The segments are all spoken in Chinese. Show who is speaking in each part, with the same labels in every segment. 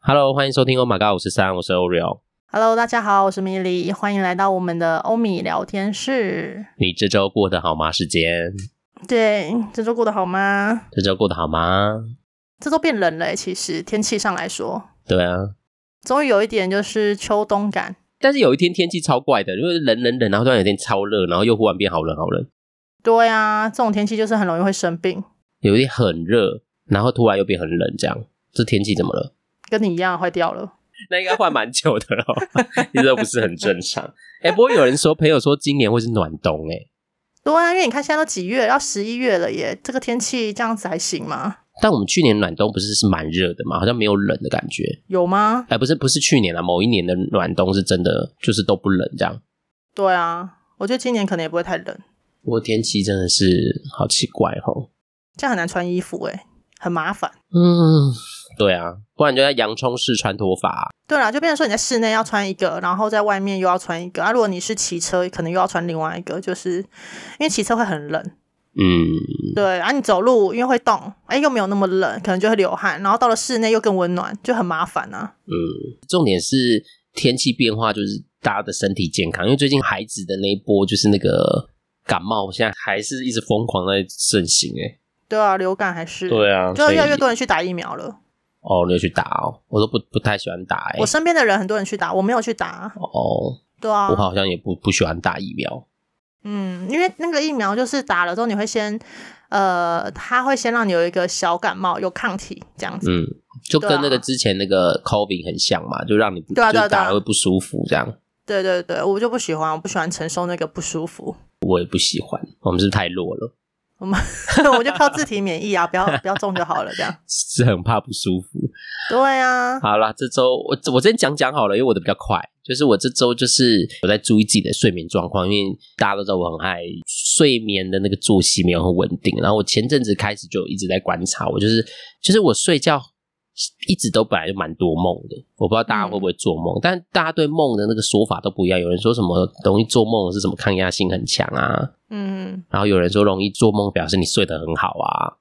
Speaker 1: Hello，欢迎收听欧马 g 五十三，我是 Oreo。
Speaker 2: Hello，大家好，我是米莉，欢迎来到我们的欧米聊天室。
Speaker 1: 你这周过得好吗？时间，
Speaker 2: 对，这周过得好吗？
Speaker 1: 这周过得好吗？
Speaker 2: 这周变冷了欸，其实天气上来说，
Speaker 1: 对啊，
Speaker 2: 终于有一点就是秋冬感。
Speaker 1: 但是有一天天气超怪的，因为冷冷冷，然后突然有一天超热，然后又忽然变好冷好冷，
Speaker 2: 对啊，这种天气就是很容易会生病，
Speaker 1: 有一天很热，然后突然又变很冷，这样这天气怎么了？
Speaker 2: 跟你一样坏掉了。
Speaker 1: 那应该换蛮久的 咯，一直都不是很正常。 哎、不过有人说，朋友说今年会是暖冬、欸，
Speaker 2: 对啊，因为你看现在都几月，要十一月了耶，这个天气这样子还行吗？
Speaker 1: 但我们去年暖冬不是是蛮热的嘛，好像没有冷的感觉。
Speaker 2: 有吗？
Speaker 1: 哎、不是不是去年啦，某一年的暖冬是真的就是都不冷这样。
Speaker 2: 对啊，我觉得今年可能也不会太冷，
Speaker 1: 不过天气真的是好奇怪哦。
Speaker 2: 这样很难穿衣服哎，很麻烦。
Speaker 1: 嗯，对啊，不然就在洋葱式穿脱法啊、
Speaker 2: 对啦，就变成说你在室内要穿一个，然后在外面又要穿一个。啊，如果你是骑车，可能又要穿另外一个，就是因为骑车会很冷。
Speaker 1: 嗯，
Speaker 2: 对，啊，你走路因为会动，哎、又没有那么冷，可能就会流汗，然后到了室内又更温暖，就很麻烦啊。
Speaker 1: 嗯重点是天气变化，就是大家的身体健康。因为最近孩子的那一波就是那个感冒，现在还是一直疯狂在盛行哎、
Speaker 2: 对啊，流感还是
Speaker 1: 啊
Speaker 2: 就越来越多人去打疫苗了。
Speaker 1: 哦，你有去打哦？我都不不太喜欢打哎、
Speaker 2: 我身边的人很多人去打，我没有去打。
Speaker 1: 哦，
Speaker 2: 对啊
Speaker 1: 我，好像也不不喜欢打疫苗。
Speaker 2: 嗯，因为那个疫苗就是打了之后，你会先呃，它会先让你有一个小感冒，有抗体这样子。
Speaker 1: 嗯，就跟
Speaker 2: 对啊
Speaker 1: 那个之前那个 COVID 很像嘛，就让你不
Speaker 2: 对啊对啊
Speaker 1: 就是打了
Speaker 2: 对啊
Speaker 1: 会不舒服这样。
Speaker 2: 对对对，我就不喜欢，我不喜欢承受那个不舒服。
Speaker 1: 我也不喜欢，我们是不是太弱了，
Speaker 2: 我们 我就靠自体免疫啊，不要不要中就好了，这样。
Speaker 1: 是很怕不舒服。
Speaker 2: 对啊，
Speaker 1: 好啦，这周我我先讲讲好了，因为我的比较快，就是我这周就是我在注意自己的睡眠状况，因为大家都知道我很爱睡眠的那个作息没有很稳定，然后我前阵子开始就一直在观察，我就是就是我睡觉一直都本来就蛮多梦的，我不知道大家会不会做梦，但大家对梦的那个说法都不一样，有人说什么容易做梦是什么抗压性很强啊，
Speaker 2: 嗯，
Speaker 1: 然后有人说容易做梦表示你睡得很好啊，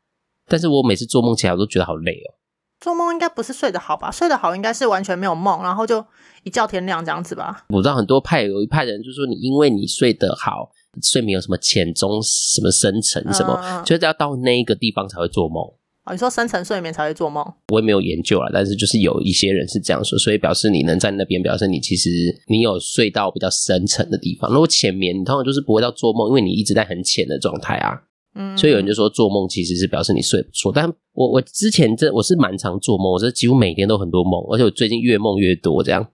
Speaker 1: 但是我每次做梦起来我都觉得好累哦。
Speaker 2: 做梦应该不是睡得好吧？睡得好应该是完全没有梦，然后就一觉天亮这样子吧。
Speaker 1: 我知道很多派有一派人就说你因为你睡得好，睡眠有什么浅中什么深层什么，
Speaker 2: 嗯嗯嗯
Speaker 1: 就是要到那一个地方才会做梦。
Speaker 2: 哦，你说深层睡眠才会做梦，
Speaker 1: 我也没有研究啊啦，但是就是有一些人是这样说，所以表示你能在那边，表示你其实你有睡到比较深层的地方。如果浅眠，你通常就是不会到做梦，因为你一直在很浅的状态啊。
Speaker 2: 嗯，
Speaker 1: 所以有人就说做梦其实是表示你睡不错，但我我之前这我是蛮常做梦，我是几乎每天都很多梦，而且我最近越梦越多这样。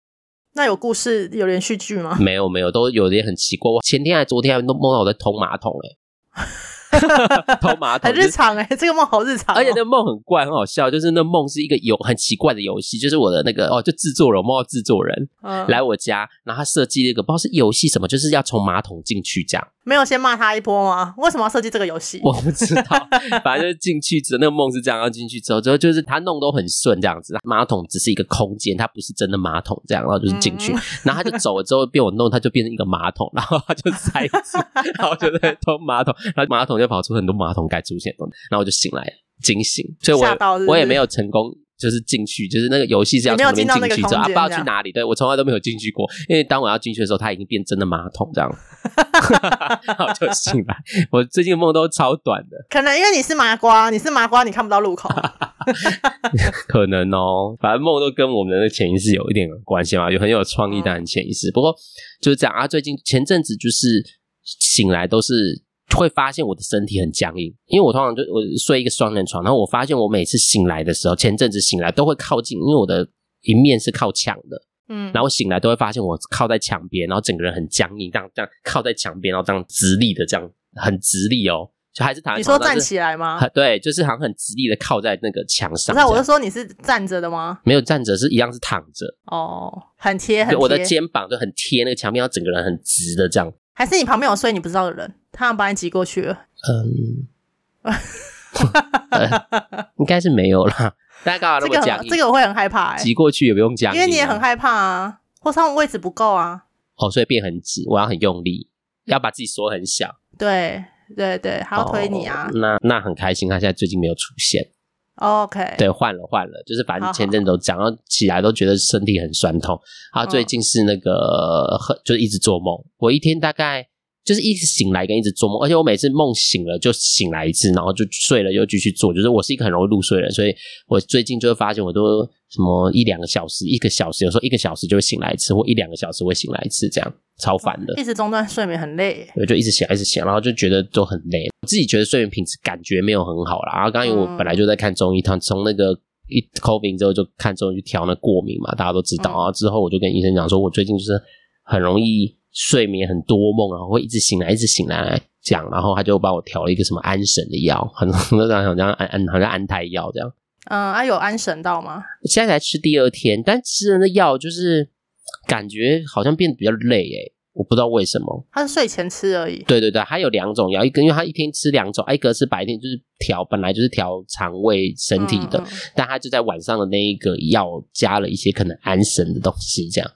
Speaker 2: 那有故事有连续剧 吗？
Speaker 1: 没有没有，都有点很奇怪。我前天还昨天还都梦到我在通马桶、欸，通马桶
Speaker 2: 很
Speaker 1: 就是
Speaker 2: 日常哎、 这个梦好日常哦、
Speaker 1: 而且那梦很怪，很好笑，就是那梦是一个游很奇怪的游戏，就是我的那个哦，就制作人，我梦到制作人
Speaker 2: 嗯
Speaker 1: 来我家，然后他设计了一个不知道是游戏什么，就是要从马桶进去这样，
Speaker 2: 没有先骂他一波吗？为什么要设计这个游戏？
Speaker 1: 我不知道，反正就是进去之后，那个梦是这样，然后进去之后，之后就是他弄都很顺这样子，马桶只是一个空间，它不是真的马桶这样，然后就是进去，
Speaker 2: 嗯
Speaker 1: 然后他就走了之后被我弄，他就变成一个马桶，然后他就塞住， 然后就在通马桶，然后马桶就跑出很多马桶该出现的东西，然后我就醒来了，惊醒，所以我也
Speaker 2: 吓到是不是
Speaker 1: 我也没有成功。就是进去，就是那个游戏是要
Speaker 2: 你没
Speaker 1: 从那边
Speaker 2: 有进到
Speaker 1: 进
Speaker 2: 那个
Speaker 1: 去之后，啊，不知
Speaker 2: 空间
Speaker 1: 道
Speaker 2: 这
Speaker 1: 去
Speaker 2: 样
Speaker 1: 哪里。对我从来都没有进去过，因为当我要进去的时候，它已经变真的马桶 这样，然后我就醒来。我最近梦都超短的，
Speaker 2: 可能因为你是麻瓜，你是麻瓜，你看不到 路口。
Speaker 1: 可能哦，反正梦都跟我们的潜意识有一点关系嘛，有很有创意，
Speaker 2: 嗯
Speaker 1: 但很潜意识。不过就是这样啊，最近前阵子就是醒来都是会发现我的身体很僵硬，因为我通常就我睡一个双人床，然后我发现我每次醒来的时候，前阵子醒来都会靠近，因为我的一面是靠墙的，
Speaker 2: 嗯，
Speaker 1: 然后醒来都会发现我靠在墙边，然后整个人很僵硬，这样这样靠在墙边，然后这样直立的这样很直立哦，就还是躺在
Speaker 2: 你
Speaker 1: 床
Speaker 2: 说
Speaker 1: 上
Speaker 2: 站
Speaker 1: 就是
Speaker 2: 起来吗？
Speaker 1: 很对，就是好像很直立的靠在那个墙
Speaker 2: 不
Speaker 1: 上
Speaker 2: 是
Speaker 1: 这
Speaker 2: 啊，
Speaker 1: 样。
Speaker 2: 我是说你是站着的吗？
Speaker 1: 没有站着，是一样是躺着，
Speaker 2: 哦，很贴，很
Speaker 1: 对，
Speaker 2: 贴。
Speaker 1: 我的肩膀就很贴那个墙壁，然后整个人很直的这样。
Speaker 2: 还是你旁边有睡你不知道的人，他们把你挤过去了。
Speaker 1: 嗯，呃应该是没有啦。 大家干嘛那
Speaker 2: 这
Speaker 1: 么
Speaker 2: 个
Speaker 1: 僵
Speaker 2: 很
Speaker 1: 硬？
Speaker 2: 这个我会很害怕哎、
Speaker 1: 挤过去也不用僵硬啊、
Speaker 2: 因为你也很害怕啊，或是他们位置不够啊。
Speaker 1: 哦，所以变很挤，我要很用力，要把自己缩很小，
Speaker 2: 对对对，还要推你啊
Speaker 1: 哦。那那很开心，他现在最近没有出现。
Speaker 2: OK，
Speaker 1: 对，换了换了，就是反
Speaker 2: 好
Speaker 1: 正
Speaker 2: 好嗯
Speaker 1: 前阵子有讲到起来都觉得身体很酸痛。他最近是那个很就是一直做梦，我一天大概就是一直醒来跟一直做梦，而且我每次梦醒了就醒来一次，然后就睡了又继续做。就是我是一个很容易入睡的人，所以我最近就会发现我都什么一两个小时、一个小时，有时候一个小时就会醒来一次，或一两个小时会醒来一次，这样超烦的。
Speaker 2: 一直中断睡眠很累耶。
Speaker 1: 我就一直想，一直想，然后就觉得都很累。我自己觉得睡眠品质感觉没有很好啦。然后刚刚因为我
Speaker 2: 嗯
Speaker 1: 本来就在看中医，他从那个一 COVID 之后就看中医去调那过敏嘛，大家都知道啊。然后之后我就跟医生讲说，我最近就是很容易睡眠很多梦，然后会一直醒来，一直醒来这样。然后他就帮我调了一个什么安神的药，很多人好像安安好像安胎药这样。
Speaker 2: 嗯，啊，有安神到吗？
Speaker 1: 现在才吃第二天，但吃了那药就是感觉好像变得比较累诶、我不知道为什么。
Speaker 2: 他是睡前吃而已。
Speaker 1: 对对对，它有两种药，一个因为它一天吃两种，啊一个是白天就是调本来就是调肠胃身体的，
Speaker 2: 嗯嗯
Speaker 1: 但它就在晚上的那一个药加了一些可能安神的东西，这样。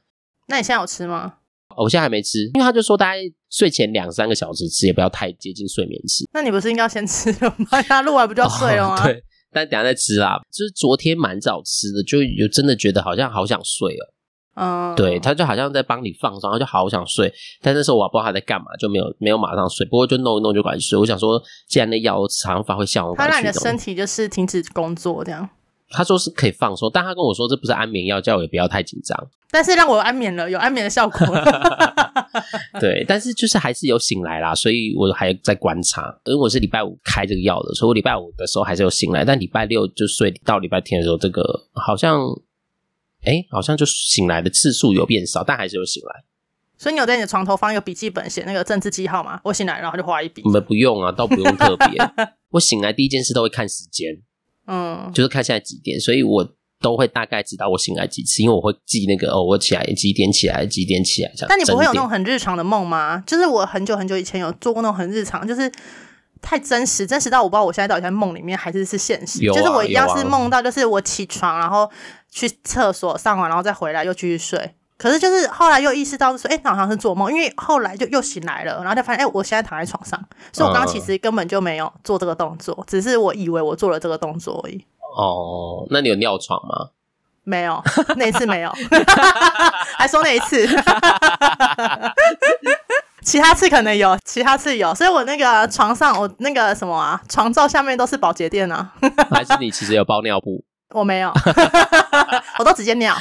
Speaker 2: 那你现在有吃吗？
Speaker 1: 哦我现在还没吃，因为他就说大概睡前两三个小时吃，也不要太接近睡眠时。
Speaker 2: 那你不是应该要先吃了吗？ 他录完不就要睡了吗？
Speaker 1: 哦对，但等一下再吃啦。就是昨天蛮早吃的，就有真的觉得好像好想睡哦。
Speaker 2: 嗯，
Speaker 1: 对，他就好像在帮你放松，然后就好想睡，但那时候我不知道他在干嘛，就没有没有马上睡。不过就弄一弄就赶紧睡。我想说，既然那药常发挥效果，
Speaker 2: 他
Speaker 1: 赶
Speaker 2: 让
Speaker 1: 紧
Speaker 2: 你的
Speaker 1: 去弄
Speaker 2: 身体就是停止工作这样，
Speaker 1: 他说是可以放松，但他跟我说这不是安眠药，叫我也不要太紧张。
Speaker 2: 但是让我安眠了，有安眠的效果了。
Speaker 1: 对，但是就是还是有醒来啦，所以我还在观察，因为我是礼拜五开这个药的，所以我礼拜五的时候还是有醒来，但礼拜六就睡到礼拜天的时候，这个好像，哎，好像就醒来的次数有变少，但还是有醒来。
Speaker 2: 所以你有在你的床头放一个笔记本，写那个政治记号吗？我醒来然后就画一笔
Speaker 1: 你。们不用啊，倒不用特别。我醒来第一件事都会看时间，
Speaker 2: 嗯，
Speaker 1: 就是看现在几点，所以我都会大概知道我醒来几次，因为我会记那个哦，我起来几点起来，几点起来这样。
Speaker 2: 但你不会有
Speaker 1: 整
Speaker 2: 那
Speaker 1: 点
Speaker 2: 种很日常的梦吗？就是我很久很久以前有做过那种很日常，就是太真实，真实到我不知道我现在到底在梦里面还是是现实。
Speaker 1: 有啊
Speaker 2: 就是我一样
Speaker 1: 有啊
Speaker 2: 是梦到，就是我起床，然后去厕所上完，然后再回来又继续睡。可是就是后来又意识到说，哎、那好像是做梦，因为后来就又醒来了，然后就发现，哎、我现在躺在床上，所以我刚刚其
Speaker 1: 啊
Speaker 2: 实根本就没有做这个动作，只是我以为我做了这个动作而已。
Speaker 1: 哦，那你有尿床吗？
Speaker 2: 没有， 那一次 没有，还说那一次， 其他次可能有，其他次有，所以我那个床上，我那个什么啊，床罩下面都是保洁垫啊，
Speaker 1: 还是你其实有包尿布？
Speaker 2: 我没有， 我都直接尿，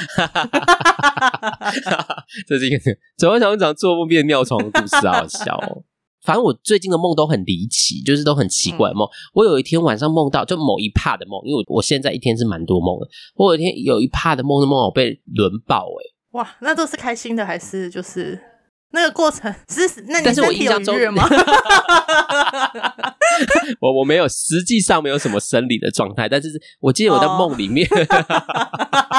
Speaker 1: 这是一个怎么想讲做梦变尿床的故事，好好笑哦。反正我最近的梦都很离奇，就是都很奇怪的梦。我有一天晚上梦到，就某一帕的梦，因为我我现在一天是蛮多梦的。我有一天有一帕的梦，梦到我被轮爆哎、
Speaker 2: 哇，那都是开心的还是就是那个过程是？那你
Speaker 1: 但是我
Speaker 2: 身体
Speaker 1: 印象
Speaker 2: 有
Speaker 1: 中
Speaker 2: 愉 悦吗？
Speaker 1: 我我没有，实际上没有什么生理的状态，但是我记得我在
Speaker 2: 哦
Speaker 1: 梦里面，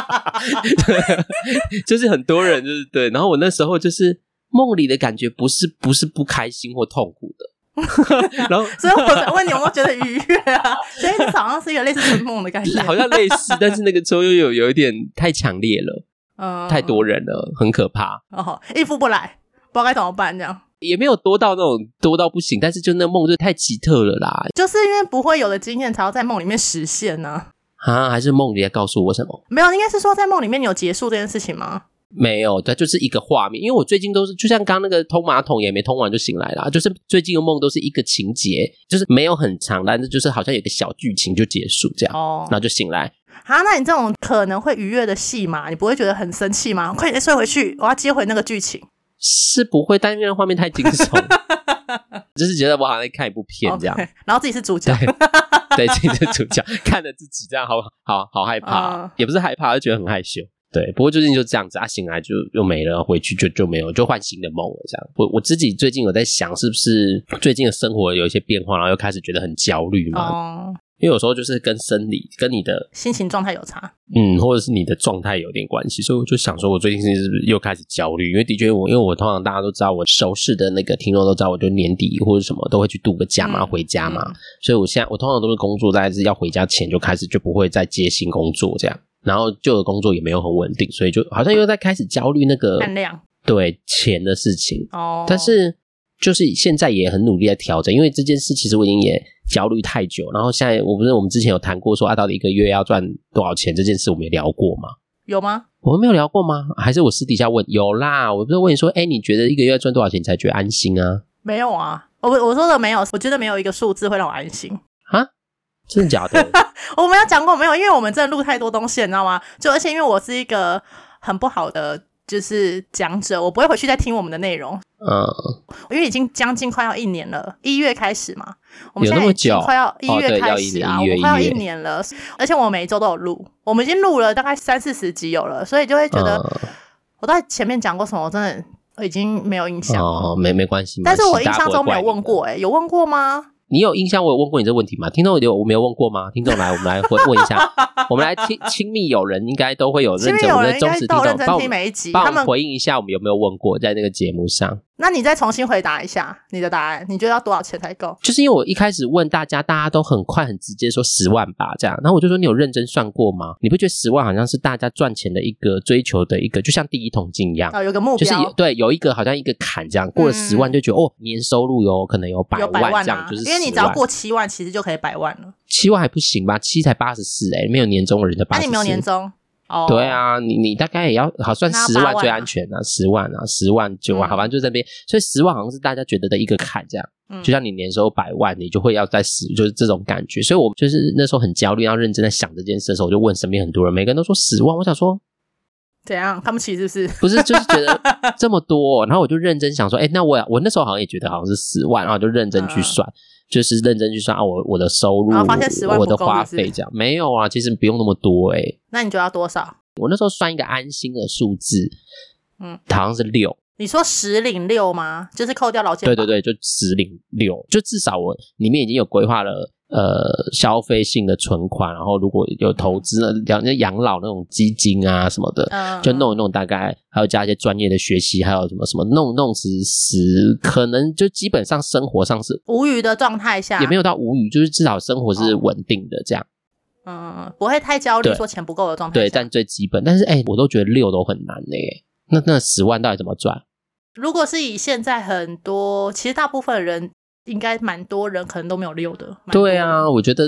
Speaker 1: 就是很多人就是对，然后我那时候就是梦里的感觉不是不是不开心或痛苦的， 然后
Speaker 2: 所以我想问你有没有觉得愉悦 啊？所以你早上是一个类似春梦的感觉，
Speaker 1: 好像类似，但是那个周悠悠有一点太强烈了，
Speaker 2: 嗯
Speaker 1: 太多人了，很可怕。
Speaker 2: 哦，应付不来，不知道该怎么办这样。
Speaker 1: 也没有多到那种多到不行，但是就那梦就太奇特了啦
Speaker 2: 就是因为不会有的经验，才要在梦里面实现呢、
Speaker 1: 啊！还是梦里在告诉我什么？
Speaker 2: 没有，应该是说在梦里面你有结束这件事情吗？
Speaker 1: 没有，它就是一个画面。因为我最近都是，就像刚刚那个通马桶也没通完就醒来啦，就是最近的梦都是一个情节，就是没有很长，但是就是好像有个小剧情就结束这样，
Speaker 2: 哦
Speaker 1: 然，后就醒来。
Speaker 2: 啊，那你这种可能会愉悦的戏嘛，你不会觉得很生气吗？快点睡回去，我要接回那个剧情。
Speaker 1: 是不会，但因为画面太惊悚，就是觉得我好像在看一部片这样。
Speaker 2: OK，然后自己是主角，
Speaker 1: 对自己的主角，看着自己这样好，好好好害怕、
Speaker 2: 嗯
Speaker 1: 也不是害怕，就觉得很害羞。对，不过最近就这样子，啊，醒来就又没了，回去就就没有，就换新的梦了。这样，我我自己最近有在想，是不是最近的生活有一些变化，然后又开始觉得很焦虑嘛？
Speaker 2: 哦，
Speaker 1: 因为有时候就是跟生理、跟你的
Speaker 2: 心情状态有差。
Speaker 1: 嗯，或者是你的状态有点关系，所以我就想说，我最近是不是又开始焦虑？因为的确我，因为我通常大家都知道，我熟识的那个听众都知道，我就年底或者什么都会去度个假嘛，
Speaker 2: 嗯
Speaker 1: 回家嘛，
Speaker 2: 嗯
Speaker 1: 所以我现在我通常都是工作，大概是要回家前就开始就不会再接新工作这样，然后旧的工作也没有很稳定，所以就好像又在开始焦虑那个
Speaker 2: 暗亮
Speaker 1: 对钱的事情，
Speaker 2: 哦，
Speaker 1: 但是就是现在也很努力在调整，因为这件事其实我已经也焦虑太久。然后现在我不是我们之前有谈过说啊，到底一个月要赚多少钱这件事，我们也聊过嘛？
Speaker 2: 有吗？
Speaker 1: 我们没有聊过吗？还是我私底下问？有啦，我不是问你说，哎，你觉得一个月要赚多少钱你才觉得安心啊？
Speaker 2: 没有啊，我我说的没有，我觉得没有一个数字会让我安心。
Speaker 1: 啊，真的 假的？
Speaker 2: 我没有讲过没有，因为我们真的录太多东西了，你知道吗？就而且因为我是一个很不好的就是讲者，我不会回去再听我们的内容，
Speaker 1: 嗯，
Speaker 2: 因为已经将近快要一年了，一月开始嘛，我们
Speaker 1: 有
Speaker 2: 现
Speaker 1: 那
Speaker 2: 在
Speaker 1: 么
Speaker 2: 已经
Speaker 1: 久
Speaker 2: 快要一
Speaker 1: 哦
Speaker 2: 月
Speaker 1: 对
Speaker 2: 开
Speaker 1: 要一
Speaker 2: 始
Speaker 1: 年
Speaker 2: 啊，
Speaker 1: 一
Speaker 2: 我
Speaker 1: 月
Speaker 2: 们快要
Speaker 1: 一
Speaker 2: 一
Speaker 1: 月
Speaker 2: 年了，而且我每一周都有录，我们已经录了大概三四十集有了，所以就会觉得、
Speaker 1: 嗯
Speaker 2: 我到底前面讲过什么，我真的已经没有印象了。
Speaker 1: 哦，没没关系。
Speaker 2: 但是
Speaker 1: 没
Speaker 2: 我
Speaker 1: 关系
Speaker 2: 印象中没
Speaker 1: 大
Speaker 2: 有问，
Speaker 1: 家不会怪你的
Speaker 2: 过、欸，哎，有问过吗？
Speaker 1: 你有印象我有问过你这个问题吗？听众有我没有问过吗？听众来，我们来问问一 下，我们来亲亲密友人应该都会有
Speaker 2: 前
Speaker 1: 认
Speaker 2: 面
Speaker 1: 真，我
Speaker 2: 有
Speaker 1: 们
Speaker 2: 人
Speaker 1: 的
Speaker 2: 应
Speaker 1: 忠
Speaker 2: 该
Speaker 1: 实听
Speaker 2: 到认
Speaker 1: 众
Speaker 2: 真
Speaker 1: 帮我
Speaker 2: 听每一集，
Speaker 1: 帮
Speaker 2: 他
Speaker 1: 我们
Speaker 2: 们，
Speaker 1: 回应一下，我们有没有问过在那个节目上？
Speaker 2: 那你再重新回答一下你的答案，你觉得要多少钱才够？
Speaker 1: 就是因为我一开始问大家，大家都很快很直接说十万吧，这样，然后我就说你有认真算过吗？你不觉得十万好像是大家赚钱的一个追求的一个，就像第一桶金一样？
Speaker 2: 啊，有个目
Speaker 1: 就是有
Speaker 2: 标。嗯
Speaker 1: 对有一个好像一个坎这样，过了十万就觉得、哦，年收入有可能有百
Speaker 2: 有百
Speaker 1: 万这样，
Speaker 2: 啊，
Speaker 1: 就是
Speaker 2: 因为你只
Speaker 1: 10
Speaker 2: 要
Speaker 1: 万
Speaker 2: 过七万，其实就可以百万了。
Speaker 1: 七万还不行吧？七才八十四哎，没有年终人的
Speaker 2: 那、
Speaker 1: 八十
Speaker 2: 啊你
Speaker 1: 四。
Speaker 2: 没有年终？哦，
Speaker 1: 对，啊，你你大概也要好算
Speaker 2: 那要
Speaker 1: 十
Speaker 2: 八
Speaker 1: 万
Speaker 2: 万
Speaker 1: 最
Speaker 2: 啊
Speaker 1: 安全啊，十万啊，十万九万，
Speaker 2: 嗯
Speaker 1: 好吧，就这边，所以十万好像是大家觉得的一个坎，这样，
Speaker 2: 嗯
Speaker 1: 就像你年收百万，你就会要在十，就是这种感觉，所以我就是那时候很焦虑，要认真在想这件事的时候，我就问身边很多人，每个人都说十万，我想说
Speaker 2: 怎样看不起是不是？
Speaker 1: 不是，就是觉得这么多、然后我就认真想说，哎，那我我那时候好像也觉得好像是十万，然后就认真去算，就是认真去算啊，我我的收入，
Speaker 2: 嗯然后发现10万
Speaker 1: 我的
Speaker 2: 不够
Speaker 1: 花
Speaker 2: 是不是
Speaker 1: 费这样，没有啊，其实不用那么多哎、
Speaker 2: 那你觉得要多少？
Speaker 1: 我那时候算一个安心的数字，
Speaker 2: 嗯
Speaker 1: 嗯，好像是六，
Speaker 2: 你说十领六吗？就是扣掉劳健
Speaker 1: 对
Speaker 2: 保。
Speaker 1: 对
Speaker 2: 对。
Speaker 1: 对，就十零六，就至少我里面已经有规划了。呃，消费性的存款，然后如果有投资呢，养养老那种基金啊什么的，
Speaker 2: 嗯，
Speaker 1: 就弄一弄，大概还有加一些专业的学习，还有什么什么弄弄十十，可能就基本上生活上是
Speaker 2: 无语的状态下，
Speaker 1: 也没有到无语，就是至少生活
Speaker 2: 哦
Speaker 1: 是稳定的这样。
Speaker 2: 嗯，不会太焦虑，
Speaker 1: 对
Speaker 2: 说钱不够的状态下。
Speaker 1: 对，但最基本，但是哎、我都觉得六都很难嘞、那那十万到底怎么赚？
Speaker 2: 如果是以现在很多，其实大部分人应该蛮多人可能都没有六的。蛮多
Speaker 1: 对
Speaker 2: 人，
Speaker 1: 啊，我觉得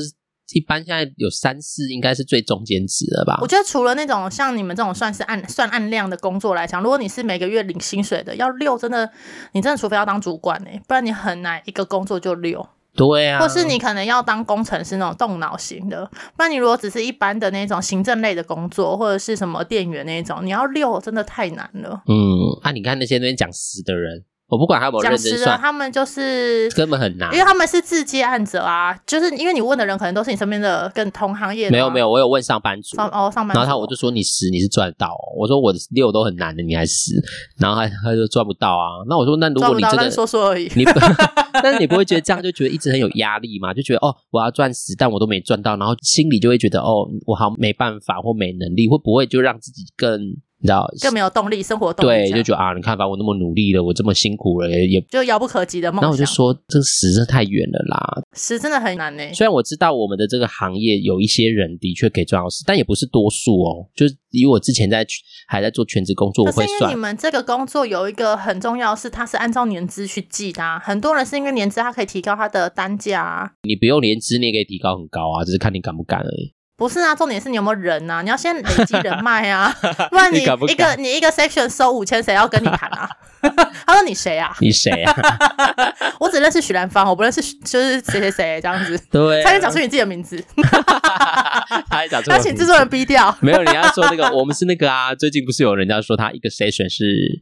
Speaker 1: 一般现在有三四应该是最中间值了吧
Speaker 2: 我？觉得除了那种像你们这种算是按算按量的工作来讲，如果你是每个月领薪水的，要六真的，你真的除非要当主管哎、不然你很难一个工作就六。
Speaker 1: 对啊，
Speaker 2: 或是你可能要当工程师那种动脑型的，不然你如果只是一般的那种行政类的工作，或者是什么店员那种，你要六真的太难了。
Speaker 1: 嗯啊，你看那些那边讲十的人，我不管他有没有
Speaker 2: 讲
Speaker 1: 认
Speaker 2: 实
Speaker 1: 真
Speaker 2: 的，
Speaker 1: 算，
Speaker 2: 他们就是
Speaker 1: 根本很难
Speaker 2: 因。为他们是自接案者啊，就是因为你问的人可能都是你身边的跟同行业的、
Speaker 1: 没有没
Speaker 2: 有，
Speaker 1: 有，我有问上班族。
Speaker 2: 上哦上班
Speaker 1: 然
Speaker 2: 族，
Speaker 1: 后他我就说你十你是赚得到、哦，我说我六都很难的，你还十，然后他他就赚不到啊。那我说那如
Speaker 2: 抓
Speaker 1: 果
Speaker 2: 不
Speaker 1: 你
Speaker 2: 到，
Speaker 1: 真
Speaker 2: 但
Speaker 1: 的
Speaker 2: 是说说而已。
Speaker 1: 你， 但是你不会觉得这样就觉得一直很有压力嘛？就觉得哦，我要赚十，但我都没赚到，然后心里就会觉得哦，我好像没办法或没能力，会不会就让自己更你知道
Speaker 2: 更没有动力，生活动力
Speaker 1: 对，
Speaker 2: 这
Speaker 1: 就觉
Speaker 2: 样
Speaker 1: 得啊，你看吧，我那么努力了，我这么辛苦了，也。
Speaker 2: 就遥不可及的梦
Speaker 1: 然
Speaker 2: 想。
Speaker 1: 后我就说，这十真的太远了啦。
Speaker 2: 十真的很难呢、欸
Speaker 1: 虽然我知道我们的这个行业有一些人的确可以赚到十，但也不是多数哦。就是以我之前在还在做全职工作，我
Speaker 2: 可
Speaker 1: 会
Speaker 2: 是因为你
Speaker 1: 算，
Speaker 2: 们这个工作有一个很重要是，它是按照年资去计的、啊，很多人是因为年资，他可以提高他的单价、啊。
Speaker 1: 你不用年资，你也可以提高很高啊，只是看你敢不敢而 已。
Speaker 2: 不是啊，重点是你有没有人啊？你要先累积人脉啊， 不然你
Speaker 1: 你敢不
Speaker 2: 一个你一个 section 收五千，谁要跟你谈啊？ 他说你谁啊？
Speaker 1: 你谁啊？
Speaker 2: 我只认识许兰芳，我不认识许就是谁谁谁这样子。
Speaker 1: 对啊，
Speaker 2: 差点讲出你自己的名字，
Speaker 1: 啊 他还讲出我
Speaker 2: 那
Speaker 1: 的
Speaker 2: 请
Speaker 1: 名字
Speaker 2: 制作人逼掉。
Speaker 1: 没有人家说那个，我们是那个啊。最近不是有人家说他一个 session 是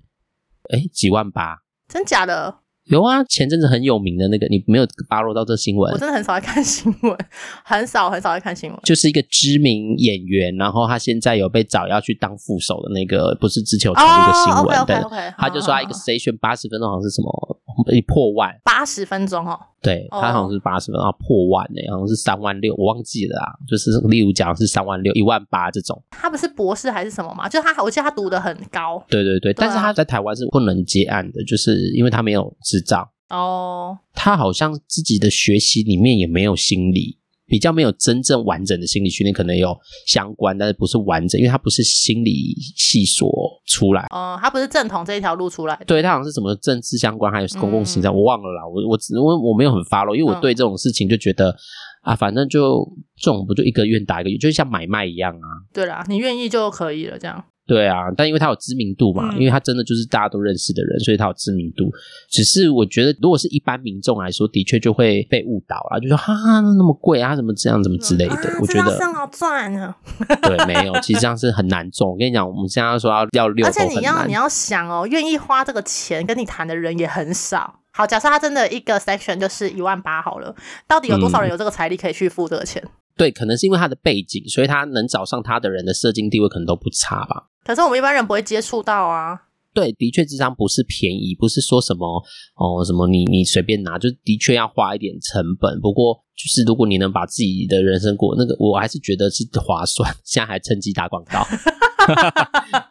Speaker 1: 哎几万八？
Speaker 2: 真假的？
Speaker 1: 有啊，前阵子很有名的那个，你没有 follow 到这新闻
Speaker 2: 我？真的很少在看新闻，很少很少在看新闻。
Speaker 1: 就是一个知名演员，然后他现在有被找要去当副手的那个，不是之前有传出一个新闻
Speaker 2: o k
Speaker 1: 对
Speaker 2: 哦 OK 哦 OK，
Speaker 1: 他就说他一个 session 八十分钟好像是什么一破万，
Speaker 2: 八十分钟哦，
Speaker 1: 对
Speaker 2: 哦
Speaker 1: 他好像是八十分钟然后破万呢、好像是三万六，我忘记了啊，就是例如讲是三万六、一万八这种，
Speaker 2: 他不是博士还是什么嘛？就他，我记得他读的很高
Speaker 1: 对对对，
Speaker 2: 对啊
Speaker 1: 但是他在台湾是不能接案的，就是因为他没有执照，
Speaker 2: 哦。
Speaker 1: 他好像自己的学习里面也没有心理，比较没有真正完整的心理训练，可能有相关，但是不是完整，因为它不是心理系所出来。
Speaker 2: 哦、他不是正统这一条路出来的，
Speaker 1: 对，它好像是什么政治相关，还有公共行政，我忘了啦。我我只我我没有很 follow，因为我
Speaker 2: 嗯
Speaker 1: 对这种事情就觉得、啊，反正就这种不就一个愿打一个愿，就像买卖一样啊。
Speaker 2: 对啦，你愿意就可以了，这样。
Speaker 1: 对啊，但因为他有知名度嘛，
Speaker 2: 嗯
Speaker 1: 因为他真的就是大家都认识的人，所以他有知名度。只是我觉得，如果是一般民众来说，的确就会被误导啦，就说哈哈那么贵啊，怎么这样，怎么之类的。
Speaker 2: 啊
Speaker 1: 我觉
Speaker 2: 这道
Speaker 1: 得
Speaker 2: 上好赚啊！
Speaker 1: 对，没有，其实这样是很难中。我跟你讲，我们现在说要要六
Speaker 2: 而
Speaker 1: 头
Speaker 2: 且
Speaker 1: 很
Speaker 2: 你要
Speaker 1: 难
Speaker 2: 你。要想哦，愿意花这个钱跟你谈的人也很少。好，假设他真的一个 section 就是一万八好了，到底有多少
Speaker 1: 嗯
Speaker 2: 人有这个财力可以去付这个钱？
Speaker 1: 对，可能是因为他的背景，所以他能找上他的人的社经地位可能都不差吧。
Speaker 2: 可是我们一般人不会接触到啊。
Speaker 1: 对，的确，智商不是便宜，不是说什么哦什么你你随便拿，就是的确要花一点成本。不过，就是如果你能把自己的人生过那个，我还是觉得是划算。 现在还趁机打广告，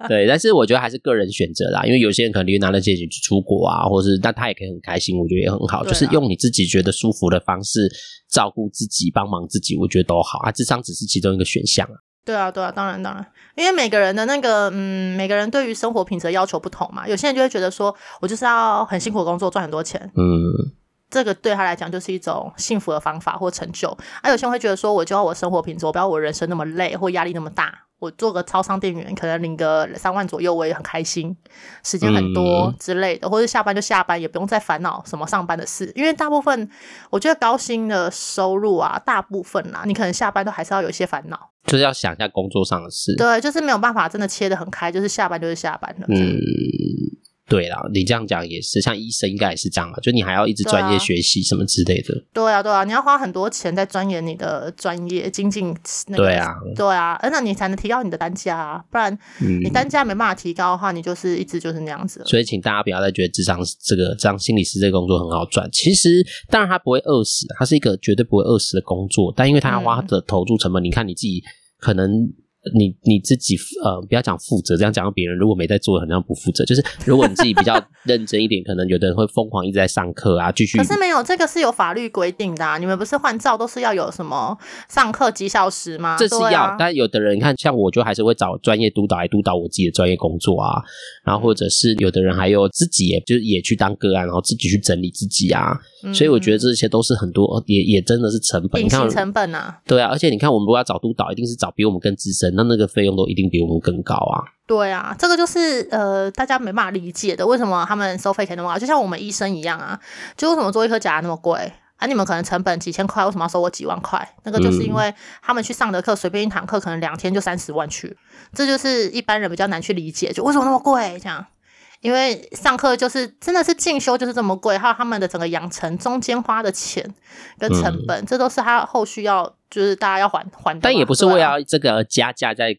Speaker 1: 对，但是我觉得还是个人选择啦，因为有些人可能因为拿了借钱去出国啊，或是但他也可以很开心，我觉得也很好，
Speaker 2: 对啊
Speaker 1: 就是用你自己觉得舒服的方式照顾自己，帮忙自己，我觉得都好啊。智商只是其中一个选项啊，
Speaker 2: 对啊，对啊，当然当然，因为每个人的那个，嗯，每个人对于生活品质的要求不同嘛。有些人就会觉得说，我就是要很辛苦工作赚很多钱，
Speaker 1: 嗯。
Speaker 2: 这个对他来讲就是一种幸福的方法或成就。啊，有些人会觉得说，我就要我生活品质，我不要我人生那么累或压力那么大。我做个超商店员，可能领个三万左右，我也很开心，时间很多
Speaker 1: 嗯
Speaker 2: 之类的，或者下班就下班，也不用再烦恼什么上班的事。因为大部分我觉得高薪的收入啊，大部分啦，你可能下班都还是要有一些烦恼。
Speaker 1: 就是要想一下工作上的事，
Speaker 2: 对，就是没有办法真的切得很开，就是下班就是下班了。
Speaker 1: 嗯，对啦，你这样讲也是，像医生应该也是这样吧，就你还要一直专
Speaker 2: 对啊
Speaker 1: 业学习什么之类的。
Speaker 2: 对啊，对啊，你要花很多钱在钻研你的专业，精进那个。
Speaker 1: 对啊，
Speaker 2: 对啊，呃那你才能提高你的单价啊，不然
Speaker 1: 嗯
Speaker 2: 你，单价没办法提高的话，你就是一直就是那样子了。
Speaker 1: 所以请大家不要再觉得智商这个智商心理师这个工作很好赚。其实当然他不会饿死，他是一个绝对不会饿死的工作，但因为他要
Speaker 2: 嗯
Speaker 1: 花的投注成本，你看你自己可能。你你自己呃，不要讲负责，这样讲到别人如果没在做，很像不负责。就是如果你自己比较 认真一点，可能有的人会疯狂一直在上课啊，继续
Speaker 2: 可是没有，这个是有法律规定的、啊。你们不是换照都是要有什么上课几小时吗？
Speaker 1: 这是
Speaker 2: 对
Speaker 1: 要，
Speaker 2: 啊、
Speaker 1: 但有的人你看，像我就还是会找专业督导来督导我自己的专业工作啊，然后
Speaker 2: 嗯
Speaker 1: 或者是有的人还有自己也就是也去当个案，然后自己去整理自己啊，所以我觉得
Speaker 2: 嗯
Speaker 1: 这些都是很多呃也也真的是成本，你
Speaker 2: 隐
Speaker 1: 看
Speaker 2: 形。成本啊，
Speaker 1: 对啊，而且你看，我们如果要找督导，一定是找比我们更资深，那那个费用都一定比我们更高啊。
Speaker 2: 对啊，这个就是呃大家没办法理解的，为什么他们收费可以那么高？就像我们医生一样啊，就为什么做一颗假牙那么贵？啊，你们可能成本几千块，为什么要收我几万块？那个就是因
Speaker 1: 嗯
Speaker 2: 为他们去上的课，随便一堂课可能两天就三十万去，这就是一般人比较难去理解，就为什么那么贵这样。因为上课就是真的是进修就是这么贵，还有他们的整个养成中间花的钱跟成本，这都是他后续要就是大家要还还的嘛。
Speaker 1: 嗯但也不是
Speaker 2: 对啊
Speaker 1: 为了这个而加价在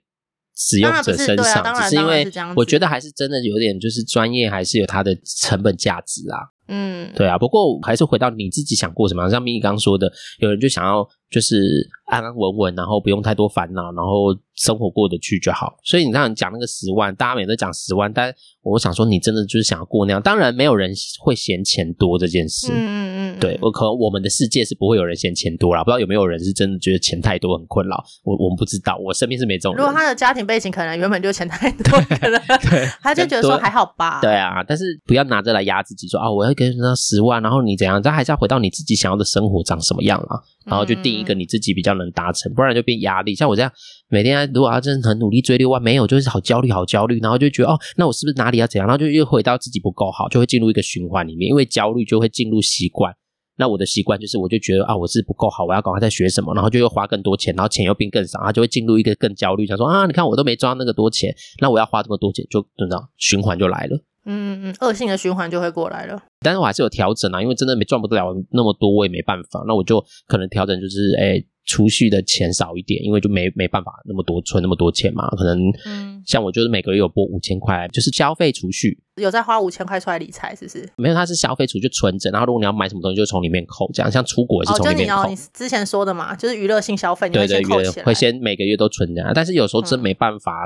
Speaker 1: 使用者身
Speaker 2: 当然不是对啊
Speaker 1: 上，
Speaker 2: 当然
Speaker 1: 只是因
Speaker 2: 当然
Speaker 1: 为
Speaker 2: 是这样子
Speaker 1: 我觉得还是真的有点就是专业还是有它的成本价值啊。
Speaker 2: 嗯，
Speaker 1: 对啊，不过还是回到你自己想过什么样，像咪咪刚刚说的，有人就想要就是安安稳稳，然后不用太多烦恼，然后生活过得去就好。所以你看你讲那个十万，大家每次都讲十万，但我想说，你真的就是想要过那样。当然，没有人会嫌钱多这件事。
Speaker 2: 嗯嗯嗯，嗯
Speaker 1: 对，我可能我们的世界是不会有人嫌钱多啦，不知道有没有人是真的觉得钱太多很困扰，我我们不知道，我身边是没这种
Speaker 2: 如
Speaker 1: 人
Speaker 2: 果。他的家庭背景可能原本就钱太多，可能
Speaker 1: 对
Speaker 2: 他就觉得说
Speaker 1: 人多
Speaker 2: 还好吧。
Speaker 1: 对啊，但是不要拿着来压自己说，啊，我要给他十万，然后你怎样？但还是要回到你自己想要的生活长什么样啊，然后就定一
Speaker 2: 嗯
Speaker 1: 个你自己比较能达成，不然就变压力。像我这样，每天啊如果要真的很努力追六万，没有就是好焦虑，好焦虑，然后就觉得哦，那我是不是哪里要怎样？然后就又回到自己不够好，就会进入一个循环里面，因为焦虑就会进入习惯。那我的习惯就是，我就觉得啊，我是不够好，我要赶快再学什么，然后就又花更多钱，然后钱又变更少，他就会进入一个更焦虑，想说啊，你看我都没赚到那个多钱，那我要花这么多钱，就怎么循环就来了。
Speaker 2: 嗯，嗯嗯，恶性的循环就会过来了。
Speaker 1: 但是我还是有调整啊，因为真的没赚不了那么多，我也没办法。那我就可能调整就是，哎、储蓄的钱少一点，因为就没没办法那么多存那么多钱嘛。可能
Speaker 2: 嗯，
Speaker 1: 像我就是每个月有拨五千块，就是消费储蓄，
Speaker 2: 有在花五千块出来理财，是不是？
Speaker 1: 没有它是消费储蓄就存着，然后如果你要买什么东西就从里面扣，这样像出国也是
Speaker 2: 哦，
Speaker 1: 从
Speaker 2: 就
Speaker 1: 里
Speaker 2: 你
Speaker 1: 面
Speaker 2: 哦
Speaker 1: 扣，。
Speaker 2: 你之前说的嘛，就是娱乐性消费，你
Speaker 1: 对
Speaker 2: 会
Speaker 1: 对，
Speaker 2: 先扣起
Speaker 1: 对
Speaker 2: 来。
Speaker 1: 会先每个月都存着啊，但是有时候真
Speaker 2: 嗯
Speaker 1: 没办法。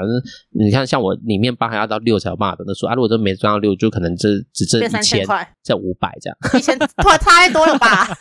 Speaker 1: 你看，像我里面包还要到六才有办法等得出啊。如果真没赚到六，就可能这只剩
Speaker 2: 变
Speaker 1: 一
Speaker 2: 三千
Speaker 1: 千，
Speaker 2: 块，
Speaker 1: 剩五百这样。
Speaker 2: 一千，哇，差太多了吧？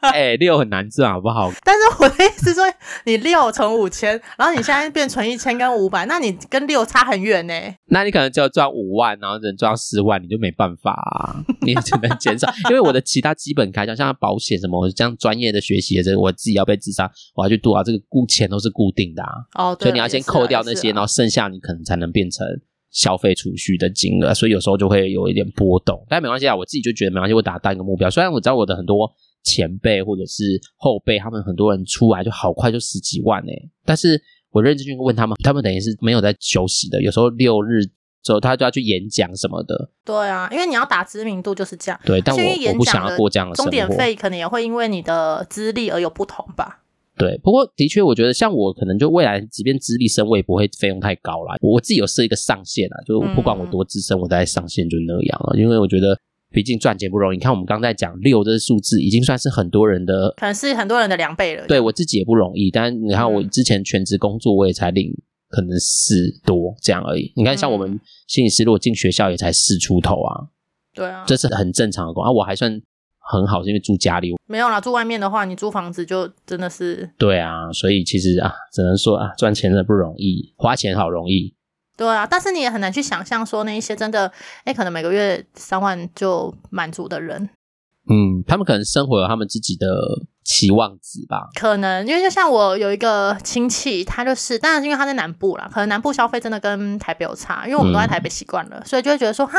Speaker 3: 哎、六很难赚，好不好？
Speaker 2: 但是我的意思是说，你六乘五千，然后你现在变成一千跟五百，那你跟六差很远呢、
Speaker 3: 那你可能只有赚五万，然后只能赚四万，你就没办法、啊，
Speaker 1: 你也只能减少，因为我的其他基本开销，像保险什么，我这样专业的学习，这我自己要被自杀，我要去读啊，这个固钱都是固定的啊，
Speaker 2: 哦，
Speaker 1: 所
Speaker 2: 对啦，
Speaker 1: 以你要先
Speaker 2: 也是啦
Speaker 1: 扣掉那些，
Speaker 2: 也是啊
Speaker 1: 然
Speaker 2: 啦
Speaker 1: 后剩下你可能才能变成消费储蓄的金额，所以有时候就会有一点波动，但没关系啊，我自己就觉得没关系，我达到一个目标。虽然我知道我的很多前辈或者是后辈，他们很多人出来就好快就十几万呢、欸但是我认真去问他们，他们等于是没有在休息的，有时候六日之后他就要去演讲什么的，
Speaker 2: 对啊，因为你要打知名度就是这样。
Speaker 1: 对，但我
Speaker 2: 所以演
Speaker 1: 我不想
Speaker 2: 讲
Speaker 1: 要
Speaker 2: 的
Speaker 1: 过这样的生
Speaker 2: 钟
Speaker 1: 活。
Speaker 2: 点费可能也会因为你的资历而有不同吧。
Speaker 1: 对，不过的确，我觉得像我可能就未来，即便资历升，我也不会费用太高啦。我自己有设一个上限啊，就不管我多资深，我大概上限就那样了。因为我觉得，毕竟赚钱不容易。你看，我们刚才讲六这个数字，已经算是很多人的。
Speaker 2: 可能是很多人的两倍了。
Speaker 1: 对我自己也不容易，但你看我
Speaker 2: 嗯
Speaker 1: 之前全职工作，我也才领可能四多这样而已。你看，像我们心理师，如果进学校也才四出头啊，
Speaker 2: 对啊，
Speaker 1: 这是很正常的工啊。我还算很好，是因为住家里，
Speaker 2: 没有啦，住外面的话，你租房子就真的是，
Speaker 1: 对啊，所以其实啊，只能说啊，赚钱真的不容易，花钱好容易。
Speaker 2: 对啊，但是你也很难去想象说那一些真的，哎，可能每个月三万就满足的人，
Speaker 1: 嗯，他们可能生活有他们自己的期望值吧。
Speaker 2: 可能因为就像我有一个亲戚，他就是，当然是因为他在南部啦，可能南部消费真的跟台北有差，因为我们都在台北习惯了，所以就会觉得说，哈，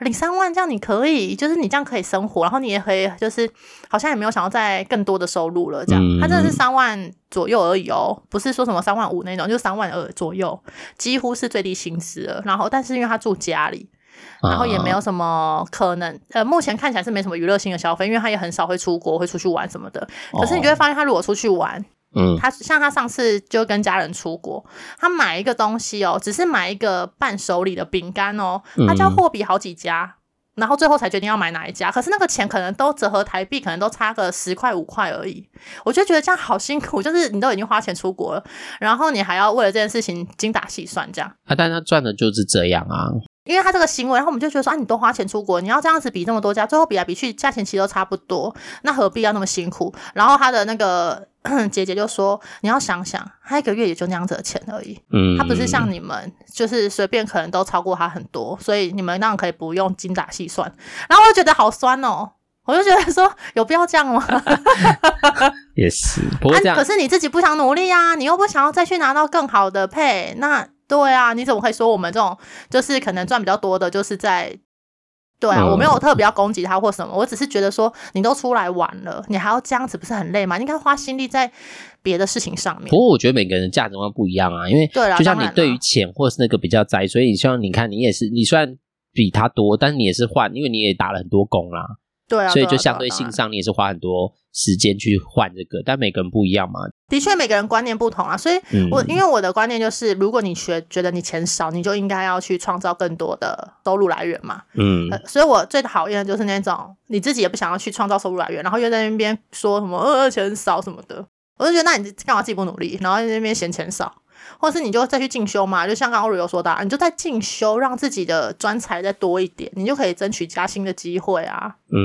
Speaker 2: 领三万这样你可以，就是你这样可以生活，然后你也可以，就是好像也没有想要再更多的收入了，这样，
Speaker 1: 嗯
Speaker 2: 他真的是三万左右而已哦，不是说什么三万五那种，就三万二左右，几乎是最低薪资了。然后，但是因为他住家里，然后也
Speaker 1: 啊
Speaker 2: 没有什么可能，呃，目前看起来是没什么娱乐性的消费，因为他也很少会出国，会出去玩什么的。
Speaker 1: 哦
Speaker 2: 可是你就会发现，他如果出去玩，
Speaker 1: 嗯
Speaker 2: 他像他上次就跟家人出国，他买一个东西哦，只是买一个伴手礼的饼干哦，他就要
Speaker 1: 嗯
Speaker 2: 货比好几家。然后最后才决定要买哪一家，可是那个钱可能都折合台币，可能都差个十块五块而已。我就觉得这样好辛苦，就是你都已经花钱出国了，然后你还要为了这件事情精打细算这样。
Speaker 1: 啊，但他赚的就是这样啊。
Speaker 2: 因为他这个行为，然后我们就觉得说啊，你多花钱出国，你要这样子比这么多家，最后比来比去，价钱其实都差不多，那何必要那么辛苦？然后他的那个嗯姐姐就说，你要想想，他一个月也就那样子的钱而已，
Speaker 1: 嗯，
Speaker 2: 他不是像你们，就是随便可能都超过他很多，所以你们那样可以不用精打细算。然后我就觉得好酸哦。我就觉得说有必要这样吗？
Speaker 1: 也是，不过这
Speaker 2: 啊
Speaker 1: 样
Speaker 2: 可是你自己不想努力啊，你又不想要再去拿到更好的配，那对啊，你怎么可以说我们这种就是可能赚比较多的，就是在对啊，
Speaker 1: 嗯
Speaker 2: 我没有特别要攻击他或什么，我只是觉得说你都出来玩了，你还要这样子，不是很累吗？你应该花心力在别的事情上面
Speaker 1: 不。过我觉得每个人的价值观不一样啊，因为
Speaker 2: 对啦
Speaker 1: 就像
Speaker 2: 当
Speaker 1: 你
Speaker 2: 然啦
Speaker 1: 对于钱或是那个比较宅，所以像你看，你也是，你虽然比他多，但你也是换，因为你也打了很多工啦，
Speaker 2: 对啊，
Speaker 1: 所以就
Speaker 2: 啊
Speaker 1: 相
Speaker 2: 啊
Speaker 1: 对
Speaker 2: 啊
Speaker 1: 性上你也是花很多时间去换这个，但每个人不一样嘛。
Speaker 2: 的确每个人观念不同啊，所以
Speaker 1: 嗯，
Speaker 2: 我因为我的观念就是，如果你学觉得你钱少，你就应该要去创造更多的收入来源嘛。
Speaker 1: 嗯
Speaker 2: 呃，所以我最讨厌的就是那种你自己也不想要去创造收入来源，然后又在那边说什么呃钱少什么的，我就觉得那你干嘛自己不努力，然后在那边嫌钱少，或者是你就再去进修嘛，就像刚刚欧瑞有说的啊、你就在进修，让自己的专才再多一点，你就可以争取加薪的机会啊。
Speaker 1: 嗯，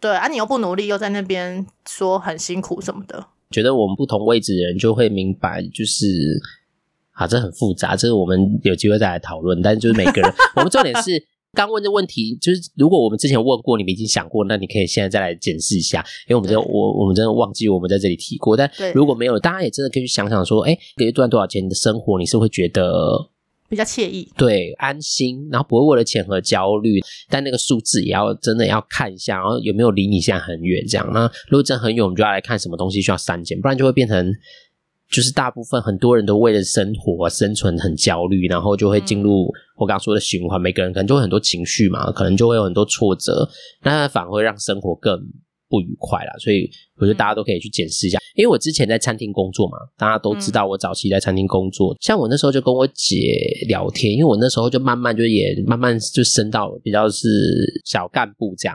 Speaker 2: 对啊，你又不努力，又在那边说很辛苦什么的，
Speaker 1: 觉得我们不同位置的人就会明白，就是啊，这很复杂，这是我们有机会再来讨论。但就是每个 人，我们重点是刚问的问题，就是如果我们之前问过，你们已经想过，那你可以现在再来检视一下，因为我们真的
Speaker 2: 对
Speaker 1: 我我们真的忘记我们在这里提过。但
Speaker 2: 对
Speaker 1: 如果没有，大家也真的可以去想想说，哎，一个月赚多少钱你的生活，你是会觉得
Speaker 2: 比较惬意。
Speaker 1: 对安心，然后不会为了钱而焦虑，但那个数字也要真的要看一下，然后有没有离你现在很远这样。那如果真的很远，我们就要来看什么东西需要删减，不然就会变成就是大部分很多人都为了生活啊生存很焦虑，然后就会进入我刚刚说的循环。每个人可能就会很多情绪嘛，可能就会有很多挫折，那反而会让生活更。不愉快啦，所以我
Speaker 2: 嗯
Speaker 1: 觉得大家都可以去检视一下。因为我之前在餐厅工作嘛，大家都知道我早期在餐厅工作。像我那时候就跟我姐聊天，因为我那时候就慢慢就也慢慢就升到比较是小干部这样。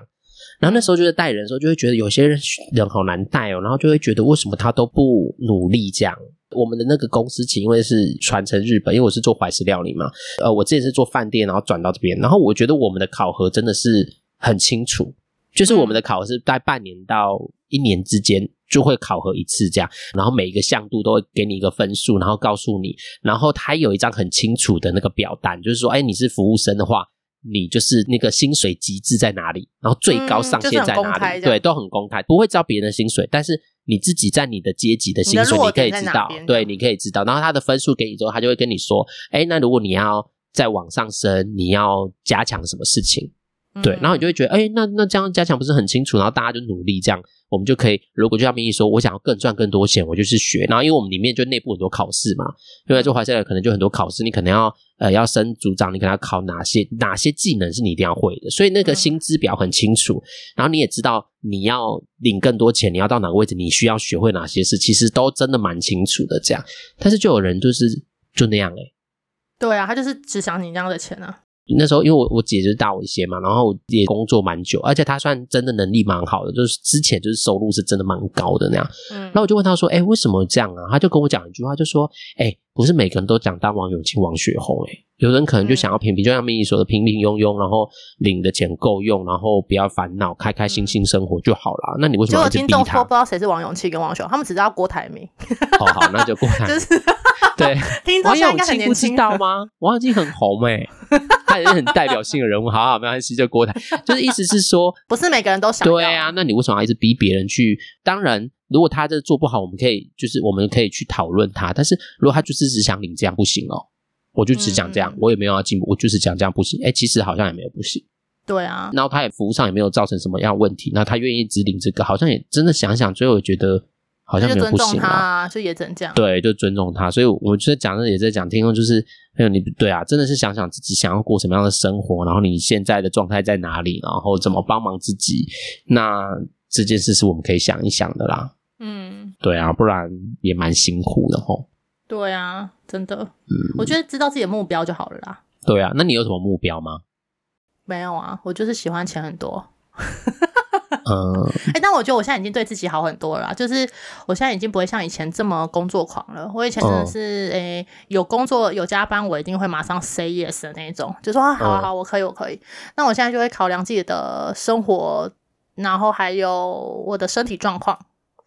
Speaker 1: 然后那时候就是带人的时候，就会觉得有些人人好难带哦，然后就会觉得为什么他都不努力这样。我们的那个公司，因为是传承日本，因为我是做怀石料理嘛，呃，我之前是做饭店，然后转到这边，然后
Speaker 2: 嗯
Speaker 1: 我觉得我们的考核真的是很清楚，就是我们的考核是在半年到一年之间就会考核一次这样，然后每一个向度都会给你一个分数，然后告诉你，然后它有一张很清楚的那个表单，就是说，哎，你是服务生的话。你就是那个薪水极致在哪里，然后最高上限在
Speaker 2: 嗯就是很公
Speaker 1: 哪
Speaker 2: 开
Speaker 1: 里，
Speaker 2: 这样
Speaker 1: 对，都很公开，不会知道别人的薪水，但是你自己在你的阶级的薪水，
Speaker 2: 你的
Speaker 1: 你
Speaker 2: 落
Speaker 1: 可以
Speaker 2: 点在
Speaker 1: 知
Speaker 2: 哪
Speaker 1: 道
Speaker 2: 边，啊
Speaker 1: 对，你可以知道。然后他的分数给你之后，他就会跟你说，哎，那如果你要再往上升，你要加强什么事情？
Speaker 2: 嗯
Speaker 1: 对，然后你就会觉得，哎、那那这样加强不是很清楚，然后大家就努力这样，我们就可以，如果就像明义说，我想要更赚更多钱，我就去学。然后因为我们里面就内部很多考试嘛，因为做华夏可能就很多考试，你可能要呃要升组长，你可能要考哪些哪些技能是你一定要会的，所以那个
Speaker 2: 嗯
Speaker 1: 薪资表很清楚，然后你也知道你要领更多钱，你要到哪个位置，你需要学会哪些事，其实都真的蛮清楚的这样。但是就有人就是就那样哎、
Speaker 2: 对啊，他就是只想你这样的钱啊。
Speaker 1: 那时候因为我我姐就是大我一些嘛，然后也工作蛮久，而且她算真的能力蛮好的，就是之前就是收入是真的蛮高的那样。
Speaker 2: 嗯，
Speaker 1: 那我就问她说：“哎、为什么这样啊？”她就跟我讲一句话，就说：“哎、不是每个人都想当王永庆、王雪红、哎，有人可能
Speaker 2: 嗯
Speaker 1: 就想要平平，就像咪咪说的，平平庸庸，然后领的钱够用，然后不要烦恼，开开心心生活就好啦。那你为什
Speaker 2: 结
Speaker 1: 么要
Speaker 2: 果
Speaker 1: 去
Speaker 2: 嗯听
Speaker 1: 逼
Speaker 2: 众
Speaker 1: 她
Speaker 2: 说不？知道谁是王永庆跟王雄，他们只知道郭台铭，
Speaker 1: 哦，好，那就过来。
Speaker 2: 就是
Speaker 1: 对，
Speaker 2: 听众
Speaker 1: 王
Speaker 2: 现
Speaker 1: 永
Speaker 2: 在应该很
Speaker 1: 庆不
Speaker 2: 年
Speaker 1: 知
Speaker 2: 轻。
Speaker 1: 道吗？王永庆很红哎、 他也是很代表性的人物。好好，没关系，就郭台，就是意思是说，
Speaker 2: 不是每个人都想要
Speaker 1: 对啊，，那你为什么要一直逼别人去？当然，如果他这做不好，我们可以就是我们可以去讨论他。但是如果他就是只想领这样不行哦，我就只讲这样，
Speaker 2: 嗯
Speaker 1: 我也没有要进步，我就是讲这样不行。哎，其实好像也没有不行。
Speaker 2: 对啊，
Speaker 1: 然后他也服务上也没有造成什么样的问题，那他愿意只领这个，好像也真的想想，最后也觉得好
Speaker 2: 那
Speaker 1: 像
Speaker 2: 就
Speaker 1: 没有
Speaker 2: 尊
Speaker 1: 不
Speaker 2: 重
Speaker 1: 行
Speaker 2: 他
Speaker 1: 啊。
Speaker 2: 啊，就也只能这样。
Speaker 1: 对，就尊重他。所以我觉得讲的也在讲，听众就是，还有你对啊，真的是想想自己想要过什么样的生活，然后你现在的状态在哪里，然后怎么帮忙自己。那这件事是我们可以想一想的啦。
Speaker 2: 嗯，
Speaker 1: 对啊，不然也蛮辛苦的吼。
Speaker 2: 对啊，真的，
Speaker 1: 嗯，
Speaker 2: 我觉得知道自己的目标就好了啦。
Speaker 1: 对啊，那你有什么目标吗？
Speaker 2: 没有啊，我就是喜欢钱很多。
Speaker 1: 嗯
Speaker 2: 哎、但我觉得我现在已经对自己好很多了啦，就是我现在已经不会像以前这么工作狂了。我以前真的
Speaker 1: 嗯
Speaker 2: 是，哎、有工作有加班，我一定会马上 say yes 的那一种，就说啊，好啊
Speaker 1: 嗯
Speaker 2: 好啊，我可以，我可以。那我现在就会考量自己的生活，然后还有我的身体状况，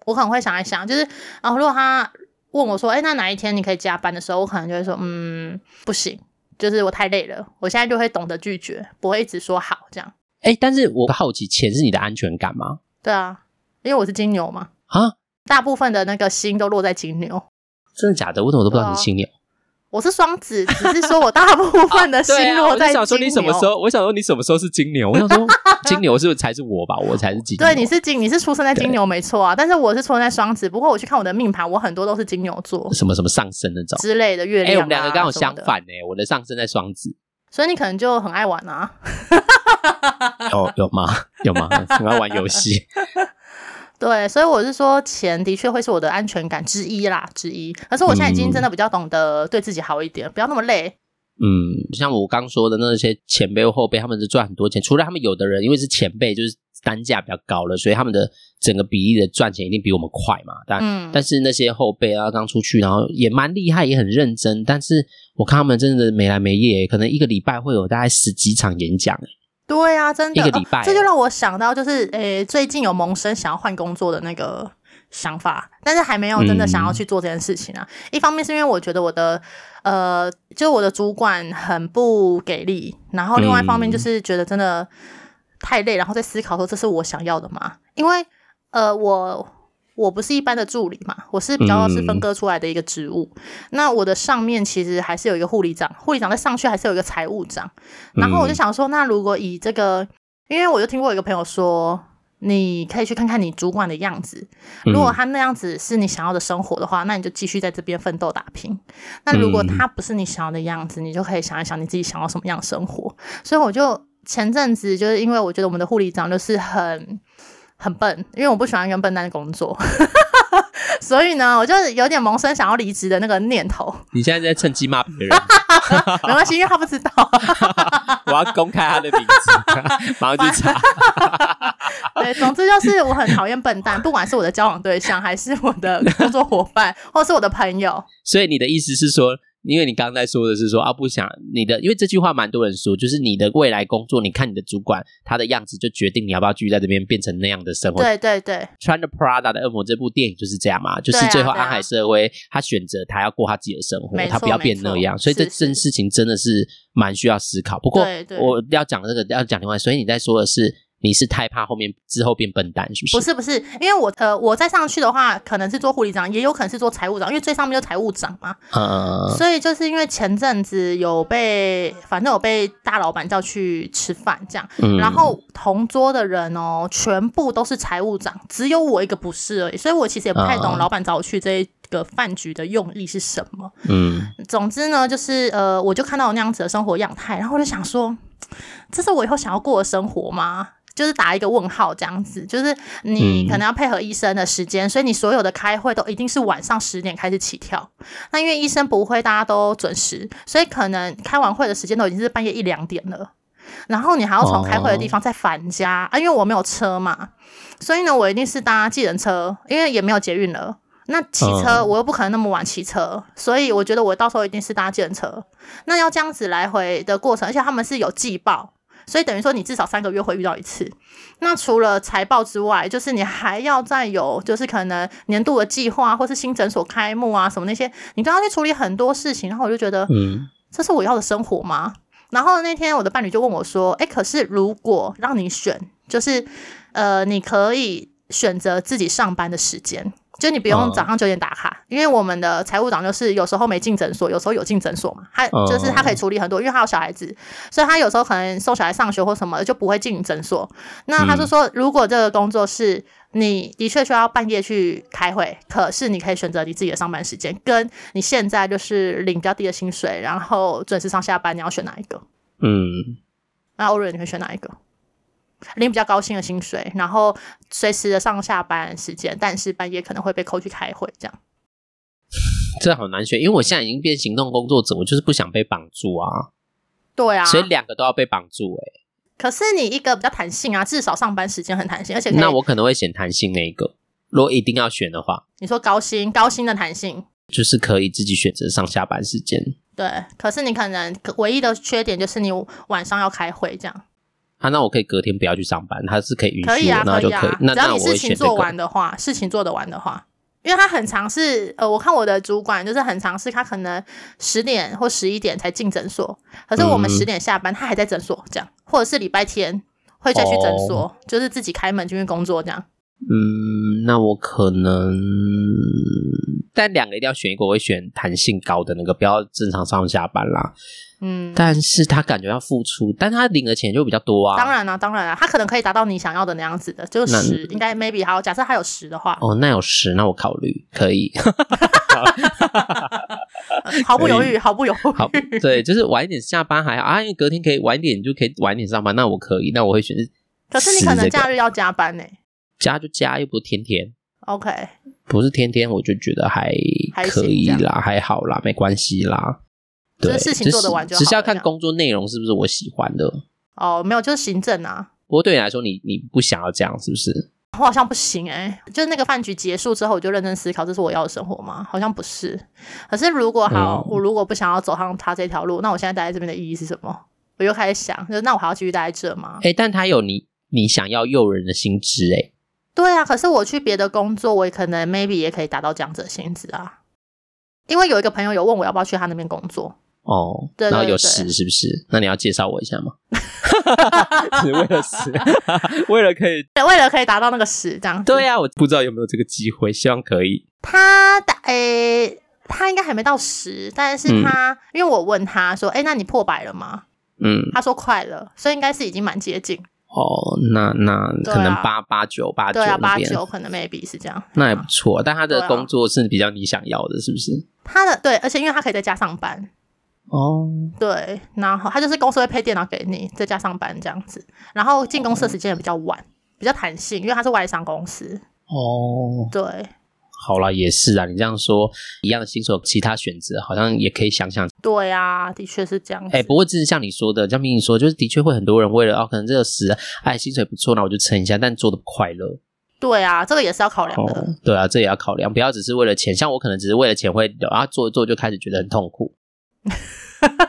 Speaker 2: 我可能会想一想，就是啊，如果他问我说，哎、那哪一天你可以加班的时候，我可能就会说，嗯，不行。就是我太累了，我现在就会懂得拒绝，不会一直说好这样。
Speaker 1: 哎、但是我好奇，钱是你的安全感吗？
Speaker 2: 对啊，因为我是金牛嘛，
Speaker 1: 啊，
Speaker 2: 大部分的那个心都落在金牛。
Speaker 1: 真的假的？为什么我都不知道你是金牛？
Speaker 2: 我是双子，只是说我大部分
Speaker 1: 哦
Speaker 2: 的心落在金牛。
Speaker 1: 啊想说你什么时候？我想说你什么时候是金牛？我想说金牛是不是才是我吧？我才是金牛。
Speaker 2: 对，你是金，你是出生在金牛没错啊，但是我是出生在双子。不过我去看我的命盘，我很多都是金牛座
Speaker 1: 什么什么上升那种。
Speaker 2: 之类的月
Speaker 1: 哎、
Speaker 2: 亮、啊。
Speaker 1: 我们两个刚好
Speaker 2: 什么
Speaker 1: 相
Speaker 2: 的，
Speaker 1: 反哎、我的上升在双 子。
Speaker 2: 所以你可能就很爱玩啊。
Speaker 1: 哦，有吗？ 有吗？很爱玩游 戏。
Speaker 2: 对，所以我是说，钱的确会是我的安全感之一啦，之一。可是我现在已经真的比较懂得对自己好一点，不要那么累。
Speaker 1: 嗯，像我刚说的那些前辈或后辈，他们是赚很多钱，除了他们有的人因为是前辈，就是单价比较高了，所以他们的整个比例的赚钱一定比我们快嘛。但、
Speaker 2: 嗯，
Speaker 1: 但是那些后辈啊，刚出去，然后也蛮厉害，也很认真，但是我看他们真的没来没夜、可能一个礼拜会有大概十几场演讲、欸
Speaker 2: 对啊，真的，
Speaker 1: 一个礼拜
Speaker 2: 哦这就让我想到，就是诶、最近有萌生想要换工作的那个想法，但是还没有真的想
Speaker 1: 嗯
Speaker 2: 要去做这件事情啊。一方面是因为我觉得我的呃，就是我的主管很不给力，然后另外一方
Speaker 1: 嗯
Speaker 2: 面就是觉得真的太累，然后在思考说这是我想要的吗？因为呃，我我不是一般的助理嘛，我是比较是
Speaker 1: 嗯
Speaker 2: 分割出来的一个职务。那我的上面其实还是有一个护理长，护理长再上去还是有一个财务长。然后我就想说，那如果以这个，因为我就听过一个朋友说，你可以去看看你主管的样子，
Speaker 1: 嗯
Speaker 2: 如果他那样子是你想要的生活的话，那你就继续在这边奋斗打拼。那如果
Speaker 1: 嗯
Speaker 2: 他不是你想要的样子，你就可以想一想你自己想要什么样的生活。所以我就前阵子就是因为我觉得我们的护理长就是很很笨，因为我不喜欢跟笨蛋工作。 所以呢，我就有点萌生想要离职的那个念 头，
Speaker 1: 你现在在趁机骂别人，
Speaker 2: 没关系，因为他不 知道，
Speaker 1: 我要公开他的名字， 马上去查。
Speaker 2: 对，总之就是我很讨厌笨蛋，不管是我的交往对象，还是我的工作伙伴，或是我的朋友。
Speaker 1: 所以你的意思是说，因为你刚才说的是说啊，不想你的，因为这句话蛮多人说，就是你的未来工作，你看你的主管他的样子，就决定你要不要继续在这边变成那样的生活。
Speaker 2: 对对对，
Speaker 1: 穿着 Prada 的恶魔这部电影就是这样嘛，就是
Speaker 2: 对啊
Speaker 1: 最后
Speaker 2: 对啊
Speaker 1: 安海社会他选择他要过他自己的生活
Speaker 2: 没，错
Speaker 1: 他不要变那样，
Speaker 2: 没错
Speaker 1: 所以这
Speaker 2: 是是
Speaker 1: 件事情真的是蛮需要思考。不过
Speaker 2: 对对
Speaker 1: 我要讲这个要讲另外，所以你在说的是你是太怕后面之后变笨蛋，是不是？
Speaker 2: 不是不是，因为我呃我再上去的话，可能是做护理长，也有可能是做财务长，因为最上面就财务长嘛。
Speaker 1: 呃，
Speaker 2: 所以就是因为前阵子有被，反正有被大老板叫去吃饭这样，
Speaker 1: 嗯
Speaker 2: 然后同桌的人哦，全部都是财务长，只有我一个不是而已，所以我其实也不太
Speaker 1: 啊
Speaker 2: 懂老板找我去这一个饭局的用意是什么。
Speaker 1: 嗯，
Speaker 2: 总之呢，就是呃，我就看到那样子的生活样态，然后我就想说，这是我以后想要过的生活吗？就是打一个问号这样子，就是你
Speaker 1: 嗯
Speaker 2: 可能要配合医生的时间，所以你所有的开会都一定是晚上十点开始起跳。那因为医生不会，大家都准时，所以可能开完会的时间都已经是半夜一两点了。然后你还要从开会的地方再返家、啊，因为我没有车嘛，所以呢，我一定是搭计程车，因为也没有捷运了。那骑车
Speaker 1: 嗯
Speaker 2: 我又不可能那么晚骑车，所以我觉得我到时候一定是搭计程车。那要这样子来回的过程，而且他们是有季报，所以等于说你至少三个月会遇到一次。那除了财报之外，就是你还要再有，就是可能年度的计划，或是新诊所开幕啊什么那些，你都要去处理很多事情。然后我就觉得，
Speaker 1: 嗯，
Speaker 2: 这是我要的生活吗？然后那天我的伴侣就问我说：“哎，可是如果让你选，就是呃，你可以选择自己上班的时间，就你不用
Speaker 1: 嗯
Speaker 2: 早上九点打卡，因为我们的财务长就是有时候没进诊所，有时候有进诊所嘛，他
Speaker 1: 嗯
Speaker 2: 就是他可以处理很多，因为他有小孩子，所以他有时候可能送小孩上学或什么的就不会进诊所。那他
Speaker 1: 嗯
Speaker 2: 就说，如果这个工作是你的确需要半夜去开会，可是你可以选择你自己的上班时间，跟你现在就是领比较低的薪水，然后准时上下班，你要选哪一个？
Speaker 1: 嗯，
Speaker 2: 那欧瑞你会选哪一个？领比较高薪的薪水，然后随时的上下班时间，但是半夜可能会被扣去开会，这样。
Speaker 1: 这好难选，因为我现在已经变行动工作者，我就是不想被绑住啊，
Speaker 2: 对啊，
Speaker 1: 所以两个都要被绑住、欸，
Speaker 2: 可是你一个比较弹性啊，至少上班时间很弹性，而且可以
Speaker 1: 那我可能会选弹性那一个。如果一定要选的话，
Speaker 2: 你说高薪高薪的弹性，
Speaker 1: 就是可以自己选择上下班时间。
Speaker 2: 对，可是你可能可唯一的缺点就是你晚上要开会，这样
Speaker 1: 啊，那我可以隔天不要去上班，他是可以允许我，
Speaker 2: 可以啊，
Speaker 1: 那
Speaker 2: 可
Speaker 1: 就
Speaker 2: 以
Speaker 1: 可以。
Speaker 2: 啊，
Speaker 1: 那
Speaker 2: 只要
Speaker 1: 那
Speaker 2: 你
Speaker 1: 我会
Speaker 2: 事
Speaker 1: 选
Speaker 2: 情
Speaker 1: 这个
Speaker 2: 做。完的话，事情做得完的话，因为他很常是呃，我看我的主管就是很常是他可能十点或十一点才进诊所，可是我们
Speaker 1: 嗯
Speaker 2: 十点下班，他还在诊所这样，或者是礼拜天会再去诊所，
Speaker 1: 哦
Speaker 2: 就是自己开门进去工作这样。
Speaker 1: 嗯，那我可能，但两个一定要选一个，我会选弹性高的那个，不要正常上下班啦。
Speaker 2: 嗯，
Speaker 1: 但是他感觉要付出，但他领的钱就比较多啊。
Speaker 2: 当然啦、当然啦、他可能可以达到你想要的那样子的，就是
Speaker 1: 那
Speaker 2: 十，应该 maybe 好，假设他有十的话，
Speaker 1: 哦，那有十，那我考虑可以。
Speaker 2: 呃毫不犹
Speaker 1: 可以
Speaker 2: 豫，毫不犹豫，
Speaker 1: 好，对，就是晚一点下班还好啊，因为隔天可以晚一点，你就可以晚一点上班。那我可以，那我会选。
Speaker 2: 可是你可
Speaker 1: 这
Speaker 2: 能
Speaker 1: 个
Speaker 2: 假日要加班呢、欸
Speaker 1: 加就加，又不是天天，
Speaker 2: OK，
Speaker 1: 不是天天，我就觉得还
Speaker 2: 还行
Speaker 1: 可以
Speaker 2: 这样
Speaker 1: 啦，还好啦，没关系啦。
Speaker 2: 就
Speaker 1: 对，
Speaker 2: 是事情做得完就好
Speaker 1: 只是要
Speaker 2: 了这
Speaker 1: 看
Speaker 2: 样
Speaker 1: 工作内容是不是我喜欢的。
Speaker 2: 哦，没有，就是行政啊。
Speaker 1: 不过对你来说，你你不想要这样，是不是？
Speaker 2: 我好像不行哎、就是那个饭局结束之后，我就认真思考，这是我要的生活吗？好像不是。可是如果好，
Speaker 1: 嗯
Speaker 2: 我如果不想要走上他这条路，那我现在待在这边的意义是什么？我又开始想，就是那我还要继续待在这吗？
Speaker 1: 哎，但他有你你想要诱人的心智，哎，
Speaker 2: 对啊，可是我去别的工作，我也可能 maybe 也可以达到这样子的薪资啊。因为有一个朋友有问我要不要去他那边工作，
Speaker 1: 哦，
Speaker 2: 对对
Speaker 1: 然后有
Speaker 2: 对
Speaker 1: 十，是不是？那你要介绍我一 下吗？只为了十， 为了可以。
Speaker 2: 对，为了可以达到那个十这样子。
Speaker 1: 对啊呀、我不知道有没有这个机会，希望可以。
Speaker 2: 他的诶、他应该还没到十，但是他、因为我问他说，诶、那你破百了吗？
Speaker 1: 嗯，
Speaker 2: 他说快了，所以应该是已经蛮接近。
Speaker 1: 哦，那那
Speaker 2: 对
Speaker 1: 可能
Speaker 2: 啊
Speaker 1: 八八九八九
Speaker 2: 对啊，
Speaker 1: 那
Speaker 2: 八
Speaker 1: 边，
Speaker 2: 九可能 maybe 是这样。
Speaker 1: 那也不错。但他
Speaker 2: 对
Speaker 1: 的
Speaker 2: 啊
Speaker 1: 工作是比较你想要的，是不是？
Speaker 2: 他的对，而且因为他可以在家上班，
Speaker 1: 哦，
Speaker 2: 对，然后他就是公司会配电脑给你，在家上班这样子，然后进公司的时间也比较晚，比较弹性，因为他是外商公司，
Speaker 1: 哦，
Speaker 2: 对
Speaker 1: 好啦，也是啊。你这样说，一样的新手，其他选择好像也可以想想。
Speaker 2: 对啊，的确是这样子。
Speaker 1: 哎、不过真是像你说的，像明你说，就是的确会很多人为了哦，可能这个十，哎，薪水不错，那我就撑一下，但做的不快乐。
Speaker 2: 对啊，这个也是要考量
Speaker 1: 哦
Speaker 2: 的。
Speaker 1: 哦，对啊，这也要考量，不要只是为了钱。像我可能只是为了钱会啊，做一做就开始觉得很痛苦。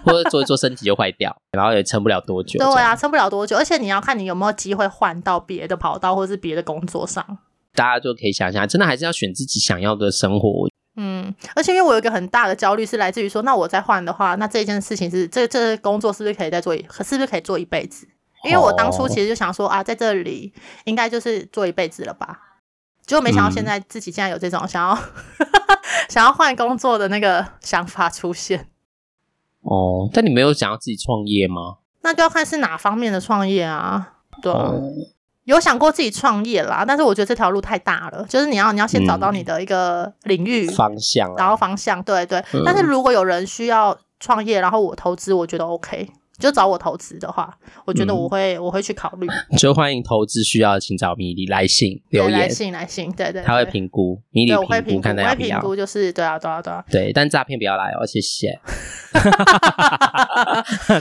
Speaker 1: 或者做一做身体就坏掉，然后也撑不了多久。
Speaker 2: 对
Speaker 1: 这样
Speaker 2: 啊，撑不了多久，而且你要看你有没有机会换到别的跑道或者是别的工作上。
Speaker 1: 大家就可以想想，真的还是要选自己想要的生活。
Speaker 2: 嗯，而且因为我有一个很大的焦虑是来自于说，那我再换的话，那这件事情是这这工作是不是可以再做一，可是不是可以做一辈子？因为我当初
Speaker 1: 哦
Speaker 2: 其实就想说啊，在这里应该就是做一辈子了吧，结果没想到现
Speaker 1: 嗯
Speaker 2: 在自己竟然有这种想要 想要换工作的那个想法出现，
Speaker 1: 哦，但你没有想要自己创业吗？
Speaker 2: 那就要看是哪方面的创业啊，对啊。
Speaker 1: 哦
Speaker 2: 有想过自己创业啦，但是我觉得这条路太大了，就是你要你要先找到你的一个领域，
Speaker 1: 方向
Speaker 2: 嗯然
Speaker 1: 啊，
Speaker 2: 后方向，对对。
Speaker 1: 嗯
Speaker 2: 但是如果有人需要创业，然后我投资，我觉得 OK，就找我投资的话，我觉得
Speaker 1: 嗯
Speaker 2: 我会、我会去考虑。
Speaker 1: 就欢迎投资需要的，请找米粒来信留
Speaker 2: 对来
Speaker 1: 言，
Speaker 2: 信来信，对对对，
Speaker 1: 他会评估，米粒
Speaker 2: 对，我会
Speaker 1: 估
Speaker 2: 评估，
Speaker 1: 看他
Speaker 2: 我
Speaker 1: 要
Speaker 2: 会
Speaker 1: 不
Speaker 2: 评
Speaker 1: 要。
Speaker 2: 估，就是对啊对啊对啊，
Speaker 1: 对，但诈骗不要来哦，谢 谢。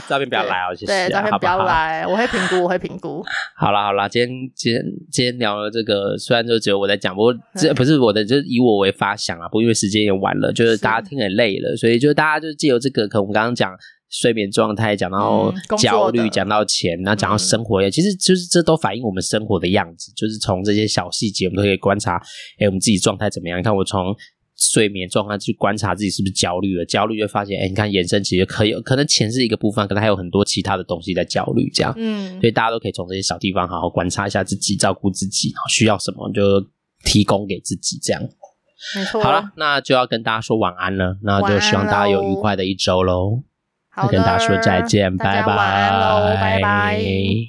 Speaker 1: 诈骗不要来 哦，谢谢啊。
Speaker 2: 对，照片
Speaker 1: 好
Speaker 2: 不
Speaker 1: 好
Speaker 2: 要。来，我会评估，我会评估。
Speaker 1: 好啦好啦，今天今天今天聊了这个，虽然就只有我在讲，不过
Speaker 2: 嗯
Speaker 1: 这不是我的，就是以我为发想啊。不过因为时间也晚了，就是
Speaker 2: 是
Speaker 1: 大家听很累了，所以就大家就借由这个，可能我们刚刚讲睡眠状态，讲到
Speaker 2: 嗯工作的
Speaker 1: 焦虑，讲到钱，然后讲到生活，其实就是这都反映我们生活的样子，就是从这些小细节，我们都可以观察，哎，我们自己状态怎么样？你看我从。睡眠状态去观察自己是不是焦虑了，焦虑就发现，哎，你看延伸其实可以，可能钱是一个部分，可能还有很多其他的东西在焦虑，这样，
Speaker 2: 嗯
Speaker 1: 所，以大家都可以从这些小地方好好观察一下自己，照顾自己，然后需要什么就提供给自己。这样
Speaker 2: 没错。
Speaker 1: 好了，那就要跟大家说晚安了，那就希望大家有愉快的一周喽。
Speaker 2: 好的，
Speaker 1: 跟大家说再见，
Speaker 2: 大
Speaker 1: 拜
Speaker 2: 家
Speaker 1: 拜，
Speaker 2: 晚安喽，拜拜。